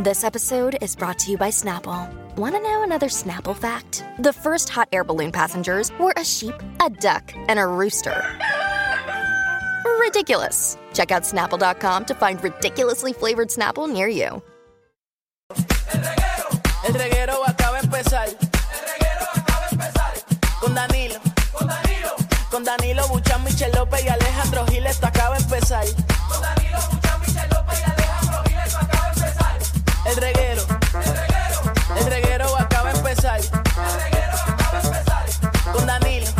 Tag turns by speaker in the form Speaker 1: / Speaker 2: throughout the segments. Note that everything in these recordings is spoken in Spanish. Speaker 1: This episode is brought to you by Snapple. Want to know another Snapple fact? The first hot air balloon passengers were a sheep, a duck, and a rooster. Ridiculous. Check out snapple.com to find ridiculously flavored Snapple near you.
Speaker 2: El reguero acaba de empezar. Con Danilo. Con Danilo Buchan, Michel López y Alejandro Giles, esto acaba de empezar. El reguero. El reguero acaba de empezar. Con Danilo.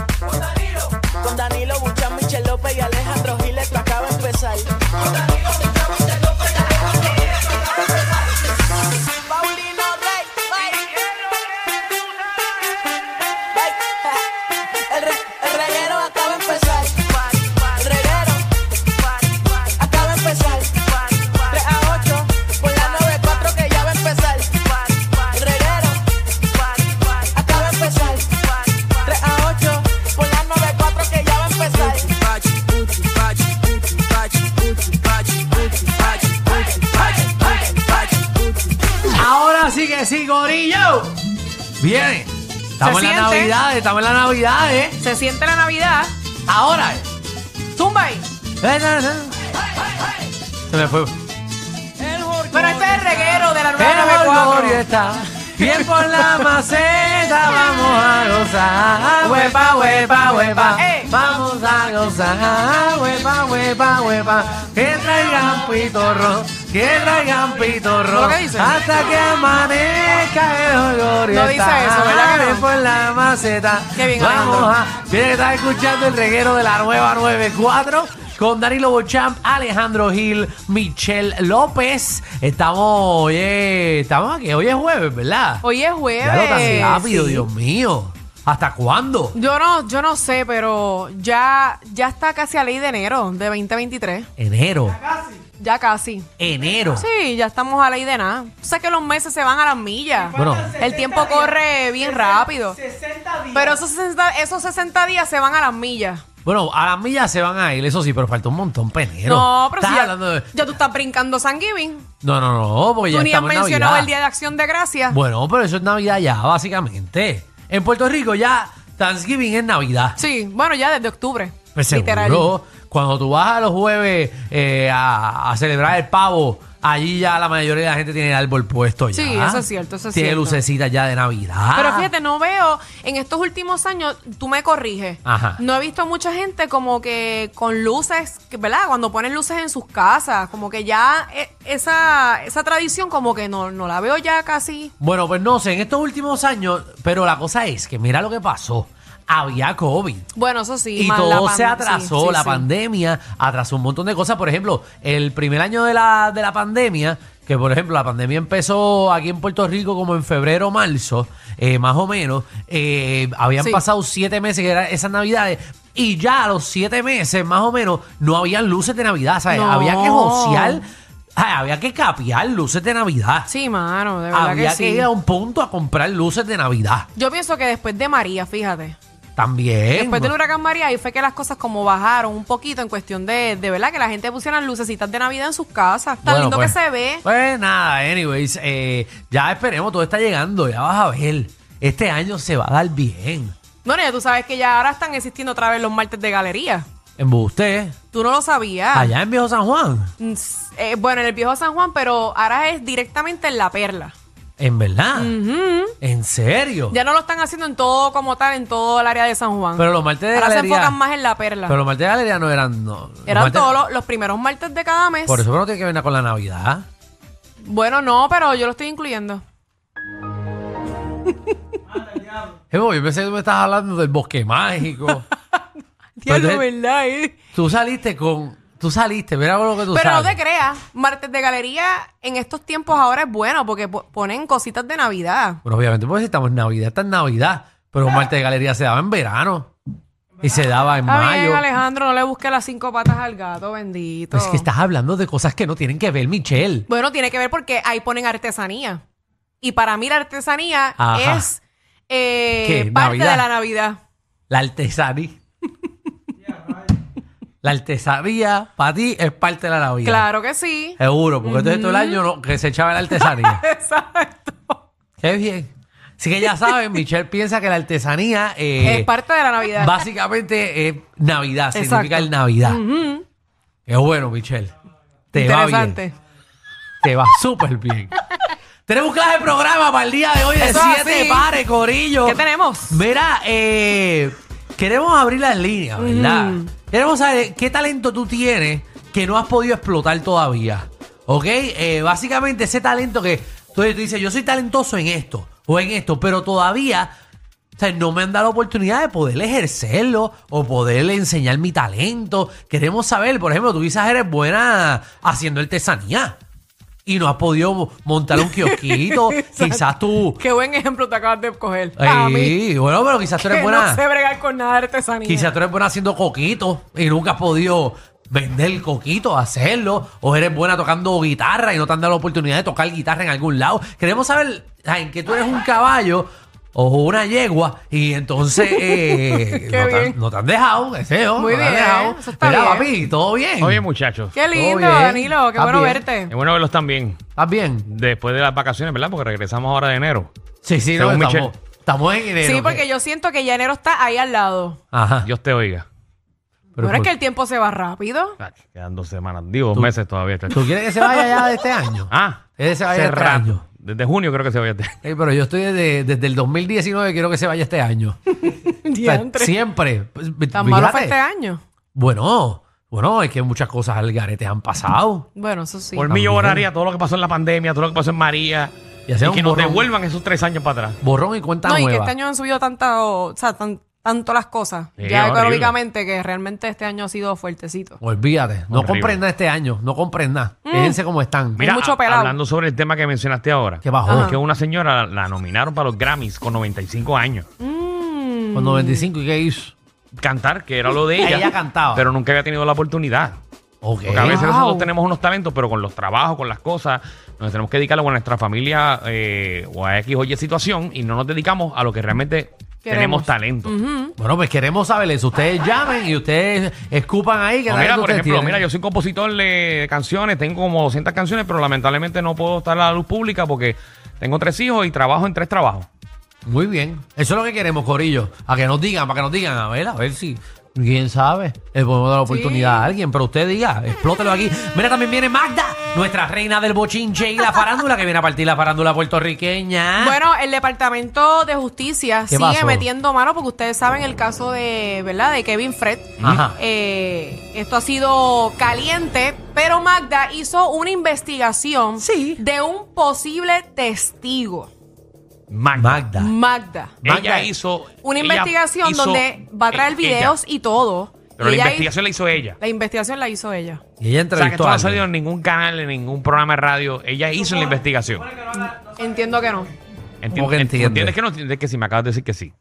Speaker 2: Con Danilo Buchan, Michel López y Alejandro Giles, esto acaba de empezar. Paulino Rey. Ey, ja. El, re- el reguero acaba de empezar. El reguero acaba de empezar. 3 a 8 por la 94 que ya va a empezar. El reguero acaba de empezar. 3 a 8 por la 94 que ya va a empezar.
Speaker 3: Ahora sí que sí, gorillo. Viene. Estamos
Speaker 4: Se
Speaker 3: en la
Speaker 4: siente.
Speaker 3: Navidad, estamos en la Navidad, ¿eh?
Speaker 4: Se siente la Navidad.
Speaker 3: Ahora. eh.
Speaker 4: Zumba ahí.
Speaker 3: Se me fue.
Speaker 4: Pero este es el reguero de la
Speaker 3: El gorillo
Speaker 4: 994.
Speaker 3: está. Bien por la maceta, vamos a gozar. Huepa, huepa, huepa.
Speaker 4: Ey.
Speaker 3: Vamos a gozar. Huepa, huepa, huepa. Que traigan pitorro. Que traigan pitorro.
Speaker 4: ¿Lo que dice?
Speaker 3: Hasta que amanezca el gorillo.
Speaker 4: No dice eso, ¿verdad que no?
Speaker 3: Bien por Ah, la maceta.
Speaker 4: Qué bien,
Speaker 3: Vamos
Speaker 4: Alejandro.
Speaker 3: a. Bien, estás escuchando el reguero de la nueva 94 con Danilo Bochamp, Alejandro Gil, Michelle López. Estamos, oye, estamos aquí. Hoy es jueves, ¿verdad?
Speaker 4: Hoy
Speaker 3: ya
Speaker 4: es
Speaker 3: lo tan
Speaker 4: jueves.
Speaker 3: rápido,
Speaker 4: Sí.
Speaker 3: Dios mío. ¿Hasta cuándo?
Speaker 4: Yo no, yo no sé, pero ya, ya está casi a ley de enero de 2023.
Speaker 3: Enero.
Speaker 4: Ya casi.
Speaker 3: Enero.
Speaker 4: Sí, ya estamos a ley de nada. Tú sabes que los meses se van a las millas.
Speaker 3: Bueno.
Speaker 4: El tiempo corre bien rápido. Pero esos 60, esos 60 días se van a las millas.
Speaker 3: Bueno, a las millas se van a ir, eso sí, pero falta un montón penero.
Speaker 4: no, pero si
Speaker 3: Estás
Speaker 4: ya,
Speaker 3: hablando de-
Speaker 4: ya tú estás brincando San Giving.
Speaker 3: No, no, no, porque
Speaker 4: Tú
Speaker 3: ya
Speaker 4: ni has
Speaker 3: estamos en
Speaker 4: mencionado
Speaker 3: Navidad.
Speaker 4: el Día de Acción de Gracias.
Speaker 3: Bueno, pero eso es Navidad ya, básicamente. En Puerto Rico ya Thanksgiving es Navidad.
Speaker 4: Sí, bueno, ya desde octubre.
Speaker 3: Pues seguro. Cuando tú vas a los jueves eh, a, a celebrar el pavo, allí ya la mayoría de la gente tiene el árbol puesto ya.
Speaker 4: Sí, eso es cierto, eso es
Speaker 3: Tiene
Speaker 4: cierto.
Speaker 3: lucecitas ya de Navidad.
Speaker 4: Pero fíjate, no veo, en estos últimos años, tú me corriges,
Speaker 3: Ajá.
Speaker 4: no he visto mucha gente como que con luces, que, ¿verdad? Cuando ponen luces en sus casas, como que ya eh, esa, esa tradición como que no, no la veo ya casi.
Speaker 3: Bueno, pues no sé, en estos últimos años, pero la cosa es que mira lo que pasó. Había COVID.
Speaker 4: Bueno, eso sí.
Speaker 3: Y
Speaker 4: más la
Speaker 3: todo
Speaker 4: pan-
Speaker 3: se atrasó,
Speaker 4: sí, sí,
Speaker 3: la
Speaker 4: sí.
Speaker 3: pandemia atrasó un montón de cosas. Por ejemplo, el primer año de la, de la pandemia, que por ejemplo la pandemia empezó aquí en Puerto Rico como en febrero o marzo, eh, más o menos, eh, habían
Speaker 4: Sí.
Speaker 3: pasado siete meses, que eran esas navidades, y ya a los siete meses más o menos no habían luces de Navidad, ¿sabes?
Speaker 4: No.
Speaker 3: Había que josear, ay, había que capiar luces de Navidad.
Speaker 4: Sí, mano, de verdad
Speaker 3: había que,
Speaker 4: que sí.
Speaker 3: ir a un punto a comprar luces de Navidad
Speaker 4: Yo pienso que después de María, fíjate.
Speaker 3: también.
Speaker 4: Después del huracán María, ahí fue que las cosas como bajaron un poquito en cuestión de, de verdad, que la gente pusieran lucecitas de Navidad en sus casas. Tan
Speaker 3: Bueno,
Speaker 4: lindo
Speaker 3: pues,
Speaker 4: que se ve.
Speaker 3: Pues nada, anyways, eh, ya esperemos, todo está llegando, ya vas a ver. Este año se va a dar bien.
Speaker 4: Bueno, ya tú sabes que ya ahora están existiendo otra vez los martes de galería.
Speaker 3: En Busté,
Speaker 4: Tú no lo sabías.
Speaker 3: allá en Viejo San Juan.
Speaker 4: Mm, s- eh, bueno, en el viejo San Juan, pero ahora es directamente en La Perla.
Speaker 3: En verdad. En serio.
Speaker 4: Ya no lo están haciendo en todo como tal, en todo el área de San Juan.
Speaker 3: Pero los martes de
Speaker 4: ahora se
Speaker 3: galería.
Speaker 4: enfocan más en La Perla.
Speaker 3: Pero los martes de galería no eran. No, los
Speaker 4: Eran
Speaker 3: martes-
Speaker 4: todos los, los primeros martes de cada mes.
Speaker 3: Por eso pero no tiene que ver nada con la Navidad.
Speaker 4: Bueno, no, pero yo lo estoy incluyendo.
Speaker 3: Eh, boy, Yo pensé que tú me estás hablando del bosque mágico. Pero
Speaker 4: Diablo,
Speaker 3: entonces,
Speaker 4: ¿verdad? eh?
Speaker 3: tú saliste con Tú saliste, mira lo que tú
Speaker 4: Pero no
Speaker 3: sabes.
Speaker 4: te creas, martes de galería en estos tiempos ahora es bueno porque po- ponen cositas de Navidad.
Speaker 3: Bueno, obviamente, porque si estamos en Navidad, está en Navidad. Pero un martes de galería se daba en verano. Y se daba en
Speaker 4: Está bien,
Speaker 3: mayo.
Speaker 4: Alejandro, no le busque las cinco patas al gato, bendito.
Speaker 3: Es que estás hablando de cosas que no tienen que ver, Michelle.
Speaker 4: Bueno, tiene que ver porque ahí ponen artesanía. Y para mí la artesanía
Speaker 3: Ajá.
Speaker 4: es eh,
Speaker 3: ¿Qué?
Speaker 4: parte
Speaker 3: ¿Navidad?
Speaker 4: de la Navidad.
Speaker 3: La artesanía. la artesanía para ti es parte de la Navidad.
Speaker 4: Claro que sí.
Speaker 3: Seguro, porque entonces todo el año no- que se echaba la artesanía.
Speaker 4: Exacto.
Speaker 3: Qué bien. Así que ya saben, Michelle piensa que la artesanía eh,
Speaker 4: es parte de la Navidad.
Speaker 3: básicamente es Navidad,
Speaker 4: Exacto.
Speaker 3: significa el Navidad. Qué bueno, Michelle. Te va bien.
Speaker 4: Interesante.
Speaker 3: Te va súper bien. Tenemos clase de programa para el día de hoy de
Speaker 4: Eso es
Speaker 3: siete
Speaker 4: así.
Speaker 3: pares, Corillo.
Speaker 4: ¿Qué tenemos?
Speaker 3: Mira, eh, queremos abrir las líneas, ¿verdad?
Speaker 4: Mm.
Speaker 3: Queremos saber qué talento tú tienes que no has podido explotar todavía. ¿Ok? Eh, básicamente ese talento que tú, tú dices, yo soy talentoso en esto o en esto, pero todavía o sea, no me han dado la oportunidad de poder ejercerlo o poder enseñar mi talento. Queremos saber, por ejemplo, tú quizás eres buena haciendo artesanía y no has podido montar un kiosquito. quizás tú...
Speaker 4: Qué buen ejemplo te acabas de coger. A mí.
Speaker 3: Ey, bueno, pero quizás tú eres
Speaker 4: que
Speaker 3: buena...
Speaker 4: No sé bregar con nada de artesanía.
Speaker 3: Quizás tú eres buena haciendo coquito y nunca has podido vender coquito, hacerlo. O eres buena tocando guitarra y no te han dado la oportunidad de tocar guitarra en algún lado. Queremos saber ah, en qué tú eres un caballo o una yegua y entonces eh,
Speaker 4: Qué
Speaker 3: no, te han,
Speaker 4: bien.
Speaker 3: no te han dejado, deseo.
Speaker 4: Muy
Speaker 3: no te han
Speaker 4: bien,
Speaker 3: dejado.
Speaker 4: eso está
Speaker 3: Mira,
Speaker 4: bien.
Speaker 3: papi, todo bien.
Speaker 5: Oye, muchachos.
Speaker 4: Qué lindo,
Speaker 3: bien.
Speaker 4: Danilo. Qué
Speaker 3: Estás
Speaker 4: bueno
Speaker 3: bien.
Speaker 4: verte.
Speaker 5: Es bueno verlos también
Speaker 3: ¿Estás bien?
Speaker 5: después de las vacaciones, ¿verdad? Porque regresamos ahora de enero.
Speaker 3: Sí, sí, no,
Speaker 5: Según
Speaker 3: estamos,
Speaker 5: Michelle.
Speaker 3: estamos en enero.
Speaker 4: Sí, porque yo siento que ya enero está ahí al lado.
Speaker 3: Ajá.
Speaker 5: Dios te oiga.
Speaker 4: Pero, es
Speaker 3: por-
Speaker 4: que el tiempo se va rápido.
Speaker 5: Ah, Quedan dos semanas, digo, dos meses todavía.
Speaker 3: ¿Tú quieres que se vaya ya de este año?
Speaker 5: Ah,
Speaker 3: Quieres que se vaya de este
Speaker 5: cerrado.
Speaker 3: año.
Speaker 5: Desde junio creo que se va a ir.
Speaker 3: Ey, pero yo estoy desde, desde el 2019, quiero que se vaya este año. O sea,
Speaker 4: Diantre.
Speaker 3: siempre. Pues,
Speaker 4: Tan malo fue
Speaker 3: Fíjate.
Speaker 4: este año.
Speaker 3: Bueno, bueno, es que muchas cosas al garete han pasado.
Speaker 4: Bueno, eso sí.
Speaker 5: Por mí yo
Speaker 3: También.
Speaker 5: oraría todo lo que pasó en la pandemia, todo lo que pasó en María.
Speaker 3: Y
Speaker 5: Y,
Speaker 3: hacer un
Speaker 5: que nos
Speaker 3: borrón.
Speaker 5: devuelvan esos tres años para atrás.
Speaker 3: Borrón y cuenta
Speaker 4: No, y
Speaker 3: nueva.
Speaker 4: que este año han subido tanta, o sea, tan- tanto las cosas. ya
Speaker 5: Sí, horrible.
Speaker 4: económicamente, que realmente este año ha sido fuertecito.
Speaker 3: Olvídate, no
Speaker 5: Horrible.
Speaker 3: compren nada este año, no compren nada.
Speaker 4: Mm.
Speaker 3: Fíjense cómo están.
Speaker 5: Mira,
Speaker 4: mucho
Speaker 5: a-
Speaker 4: pelado.
Speaker 5: hablando sobre el tema que mencionaste ahora.
Speaker 3: Que bajó.
Speaker 5: Que una señora la nominaron para los Grammys con 95 años.
Speaker 3: Con 95 y qué hizo.
Speaker 5: Cantar, que era lo de ella.
Speaker 3: Ella cantaba.
Speaker 5: Pero nunca había tenido la oportunidad.
Speaker 3: Ok.
Speaker 5: Porque a veces
Speaker 4: Wow.
Speaker 5: nosotros tenemos unos talentos, pero con los trabajos, con las cosas, nos tenemos que dedicar a nuestra familia eh, o a X o Y situación y no nos dedicamos a lo que realmente
Speaker 4: Queremos.
Speaker 5: tenemos talento.
Speaker 3: Bueno, pues queremos saberles. Ustedes llamen y ustedes escupan ahí. Que
Speaker 5: O
Speaker 3: talento
Speaker 5: mira, por
Speaker 3: ustedes
Speaker 5: ejemplo,
Speaker 3: tienen.
Speaker 5: mira, yo soy compositor de canciones, tengo como 200 canciones, pero lamentablemente no puedo estar a la luz pública porque tengo tres hijos y trabajo en tres trabajos.
Speaker 3: Muy bien. Eso es lo que queremos, Corillo. A que nos digan, para que nos digan, a ver, a ver si. Quién sabe, le podemos dar la oportunidad a alguien, pero usted diga, explótelo aquí. Mira, también viene Magda, nuestra reina del bochinche y la farándula, que viene a partir la farándula puertorriqueña.
Speaker 4: Bueno, el Departamento de Justicia
Speaker 3: ¿Qué
Speaker 4: sigue
Speaker 3: pasó?
Speaker 4: metiendo mano porque ustedes saben el caso de, ¿verdad? De Kevin Fred.
Speaker 3: Ajá.
Speaker 4: Eh, esto ha sido caliente, pero Magda hizo una investigación
Speaker 3: Sí.
Speaker 4: de un posible testigo.
Speaker 5: Magda.
Speaker 3: Magda.
Speaker 4: Magda.
Speaker 5: Ella
Speaker 3: Magda.
Speaker 5: hizo
Speaker 4: Una
Speaker 5: ella
Speaker 4: investigación
Speaker 5: hizo-
Speaker 4: donde va a traer
Speaker 5: eh,
Speaker 4: videos
Speaker 5: ella.
Speaker 4: y todo.
Speaker 5: Pero la
Speaker 4: Ella hi-
Speaker 5: investigación la hizo ella.
Speaker 4: la investigación la hizo ella.
Speaker 3: Y ella
Speaker 5: O sea, que
Speaker 3: entrevistó
Speaker 5: esto no
Speaker 3: a
Speaker 5: ha salido
Speaker 3: alguien.
Speaker 5: en ningún canal, en ningún programa de radio. Ella hizo la investigación.
Speaker 4: Entiendo que no.
Speaker 5: Enti-
Speaker 3: ¿Cómo que
Speaker 5: enti-
Speaker 3: entiende?
Speaker 5: ¿Entiendes que no entiendes que sí? Me acabas de decir que sí.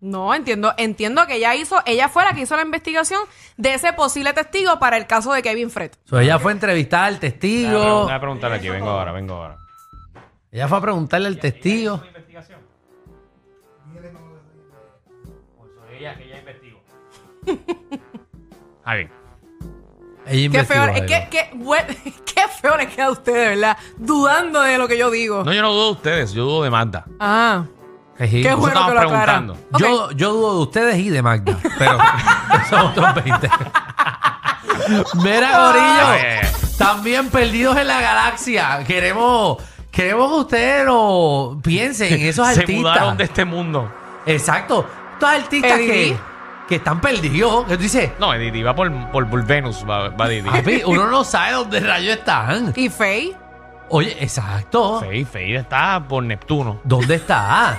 Speaker 4: No, entiendo, entiendo que ella hizo, ella fue la que hizo la investigación de ese posible testigo para el caso de Kevin Fred.
Speaker 3: So, ella fue a entrevistar al testigo.
Speaker 5: Voy a preguntar aquí, vengo ahora, vengo ahora.
Speaker 3: Ella fue a preguntarle al testigo. Pues
Speaker 5: Ella, ella investigó. A ver.
Speaker 3: Ella
Speaker 4: Qué
Speaker 3: investigó
Speaker 4: feo, es
Speaker 3: algo.
Speaker 4: que, que- bue- qué feo les queda a ustedes, ¿verdad? Dudando de lo que yo digo.
Speaker 5: No, yo no dudo de ustedes, yo dudo de Magda.
Speaker 4: Ah,
Speaker 3: Ejí.
Speaker 4: qué bueno que
Speaker 5: estamos
Speaker 4: lo aclaran.
Speaker 5: preguntando.
Speaker 3: Yo, yo dudo de ustedes y de Magda, pero son otros 20. Mira,
Speaker 5: Oye.
Speaker 3: Gorillo, también perdidos en la galaxia. Queremos, queremos que ustedes lo piensen en esos
Speaker 5: Se mudaron
Speaker 3: artistas.
Speaker 5: de este mundo.
Speaker 3: Exacto. Estos artistas
Speaker 4: Eddie.
Speaker 3: que, que están perdidos, que tú dices,
Speaker 5: No, eh, Didi va por, por, por Venus, va, va Didi.
Speaker 3: papi, uno no sabe dónde rayos están.
Speaker 4: ¿Y Faye?
Speaker 3: Oye, exacto.
Speaker 5: Fey, Fey está por Neptuno.
Speaker 3: ¿Dónde está?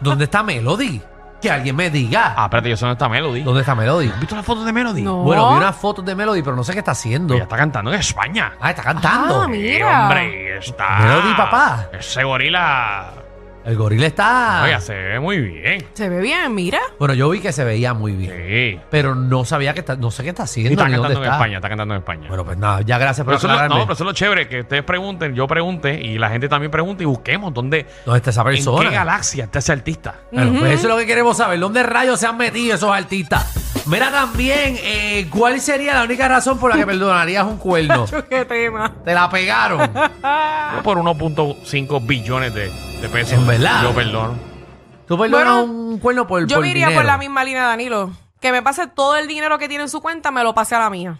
Speaker 3: ¿Dónde está Melody? Que alguien me diga.
Speaker 5: Ah, espérate, yo soy esta Melody.
Speaker 3: ¿Dónde está Melody?
Speaker 5: ¿Has visto la foto de Melody?
Speaker 4: No.
Speaker 3: Bueno, vi unas fotos de Melody, pero no sé qué está haciendo.
Speaker 5: Ella está cantando en España.
Speaker 3: Ah, está cantando.
Speaker 4: Ah, mira.
Speaker 5: Sí, hombre, está.
Speaker 3: Melody, papá.
Speaker 5: Ese gorila.
Speaker 3: El gorila
Speaker 4: Ah.
Speaker 3: está.
Speaker 5: Oiga, se ve muy bien.
Speaker 4: Se ve bien, mira.
Speaker 3: Bueno, yo vi que se veía muy bien.
Speaker 5: Sí.
Speaker 3: Pero no sabía que está, no sé qué está haciendo.
Speaker 5: Y está
Speaker 3: ni
Speaker 5: cantando
Speaker 3: dónde
Speaker 5: en
Speaker 3: está.
Speaker 5: España, está cantando en España.
Speaker 3: Bueno, pues nada, ya gracias por
Speaker 5: pero eso es lo-
Speaker 3: aclararme.
Speaker 5: no, pero eso es lo chévere, que ustedes pregunten, yo pregunte y la gente también pregunte y busquemos dónde,
Speaker 3: ¿Dónde está esa
Speaker 5: en
Speaker 3: persona?
Speaker 5: qué galaxia está ese artista.
Speaker 3: Bueno, pues eso es lo que queremos saber. ¿Dónde rayos se han metido esos artistas? Mira también, eh, ¿cuál sería la única razón por la que perdonarías un cuerno?
Speaker 4: Qué tema.
Speaker 3: Te la pegaron.
Speaker 5: Yo por 1.5 billones de, de pesos.
Speaker 3: En verdad.
Speaker 5: Yo perdono.
Speaker 3: Tú perdonas
Speaker 4: Bueno,
Speaker 3: un cuerno por
Speaker 4: Yo
Speaker 3: por
Speaker 4: me iría
Speaker 3: dinero.
Speaker 4: por la misma línea, Danilo. Que me pase todo el dinero que tiene en su cuenta, me lo pase a la mía.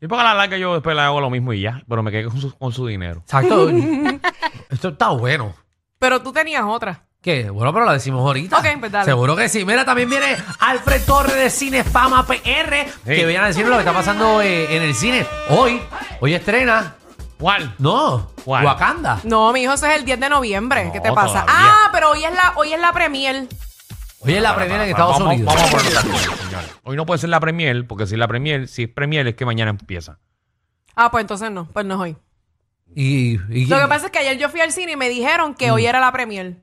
Speaker 5: Y porque a la larga yo después le hago lo mismo y ya. Pero me quedé con su, con su dinero.
Speaker 3: Exacto. Esto está bueno.
Speaker 4: Pero tú tenías otra.
Speaker 3: ¿Qué? Bueno, pero la decimos ahorita.
Speaker 4: Ok, pues dale.
Speaker 3: Seguro que sí. Mira, también viene Alfred Torres de Cinefama PR, que viene a decirnos lo que está pasando eh, en el cine hoy. Hoy estrena.
Speaker 5: ¿Cuál?
Speaker 3: No,
Speaker 5: ¿Cuál?
Speaker 3: Wakanda.
Speaker 4: No, mi hijo, ese es el 10 de noviembre.
Speaker 5: No,
Speaker 4: ¿Qué te pasa?
Speaker 5: todavía.
Speaker 4: Ah, pero hoy es la, hoy es la premier.
Speaker 3: Hoy es la premiere en Estados
Speaker 5: Ah, vamos,
Speaker 3: Unidos.
Speaker 5: Vamos a ponernos de acuerdo, señor. Hoy no puede ser la premier, porque si es la premier, si es premier es que mañana empieza.
Speaker 4: Ah, pues entonces no, pues no es hoy.
Speaker 3: Y, y-
Speaker 4: Lo que pasa es que ayer yo fui al cine y me dijeron que
Speaker 3: Mm.
Speaker 4: hoy era la premier.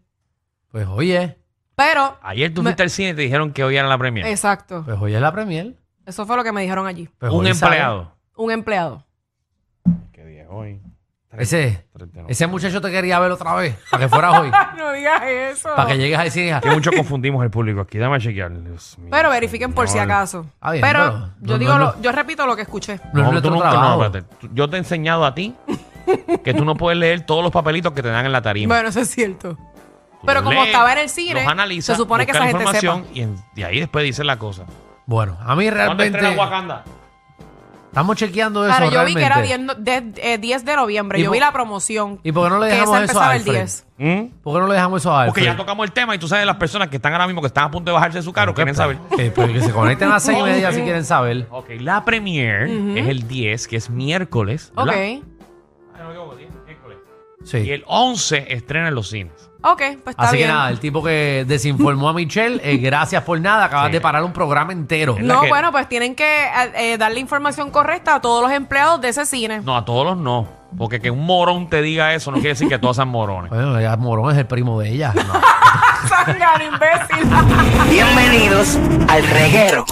Speaker 3: Pues oye,
Speaker 4: Pero,
Speaker 3: Ah,
Speaker 5: Ayer tú
Speaker 4: Me-
Speaker 5: fuiste al cine y te dijeron que hoy era la premier.
Speaker 4: exacto.
Speaker 3: pues hoy es la premier.
Speaker 4: Eso fue lo que me dijeron allí.
Speaker 3: Pues
Speaker 5: Un
Speaker 3: hoy sale.
Speaker 5: empleado.
Speaker 4: Un empleado.
Speaker 5: ¿Qué día es hoy?
Speaker 3: Ese,
Speaker 5: 39.
Speaker 3: ese muchacho te quería ver otra vez, para que fueras hoy.
Speaker 4: No digas eso.
Speaker 3: para que llegues "Ah, al cine. hija.
Speaker 5: Que mucho confundimos el público aquí. Dame a chequear. Dios mío,
Speaker 4: Pero verifiquen por si
Speaker 5: señor.
Speaker 4: acaso.
Speaker 3: Ah, bien,
Speaker 4: pero
Speaker 3: pero
Speaker 4: yo
Speaker 3: no,
Speaker 4: digo,
Speaker 3: no,
Speaker 4: lo-
Speaker 3: no.
Speaker 4: yo repito lo que escuché.
Speaker 3: No es
Speaker 5: No,
Speaker 3: nuestro
Speaker 5: tú nunca-
Speaker 3: trabajo.
Speaker 5: no, espérate. Tú- Yo te he enseñado a ti que tú no puedes leer todos los papelitos que te dan en la tarima.
Speaker 4: Bueno, eso es cierto.
Speaker 5: Tú
Speaker 4: pero
Speaker 5: los
Speaker 4: como
Speaker 5: lees,
Speaker 4: estaba en el cine,
Speaker 5: los analizas,
Speaker 4: se supone que
Speaker 5: buscas
Speaker 4: esa
Speaker 5: la
Speaker 4: gente
Speaker 5: información Y, en- y ahí después dice la cosa.
Speaker 3: Bueno, a mí
Speaker 5: ¿Cuándo
Speaker 3: realmente
Speaker 5: estrena Wakanda?
Speaker 3: estamos chequeando eso
Speaker 4: Claro, yo vi
Speaker 3: realmente.
Speaker 4: que era 10 no- de- eh, 10 de noviembre.
Speaker 3: ¿Y
Speaker 4: Yo
Speaker 3: por-
Speaker 4: vi la promoción.
Speaker 3: ¿Y por qué no le
Speaker 4: que
Speaker 3: dejamos
Speaker 4: esa
Speaker 3: eso
Speaker 4: empezaba
Speaker 3: a
Speaker 4: el
Speaker 3: Alfred?
Speaker 4: 10.
Speaker 5: ¿Mm?
Speaker 3: ¿Por qué no le dejamos eso a Alfred?
Speaker 5: Porque ya tocamos el tema y tú sabes las personas que están ahora mismo que están a punto de bajarse de su carro, quieren saber.
Speaker 3: Que, pues, que se conecten a las seis y media si quieren saber.
Speaker 5: Ok, la premier es el 10, que es miércoles.
Speaker 4: Ok.
Speaker 5: ¿verdad? Ah, no, me equivoco, 10, miércoles. Y
Speaker 3: Sí.
Speaker 5: el 11 estrena en los cines.
Speaker 4: Ok, pues está
Speaker 3: Así que
Speaker 4: bien.
Speaker 3: nada, el tipo que desinformó a Michelle, eh, gracias por nada, acabas
Speaker 5: Sí.
Speaker 3: de parar un programa entero.
Speaker 5: ¿Verdad
Speaker 4: no,
Speaker 5: que-
Speaker 4: bueno, pues tienen que eh, eh, darle información correcta a todos los empleados de ese cine.
Speaker 5: No, a todos los no. Porque que un morón te diga eso no quiere decir que todos sean morones.
Speaker 3: Bueno, ya Morón es el primo de ella.
Speaker 4: ¡Sangre, imbécil!
Speaker 2: Bienvenidos al reguero.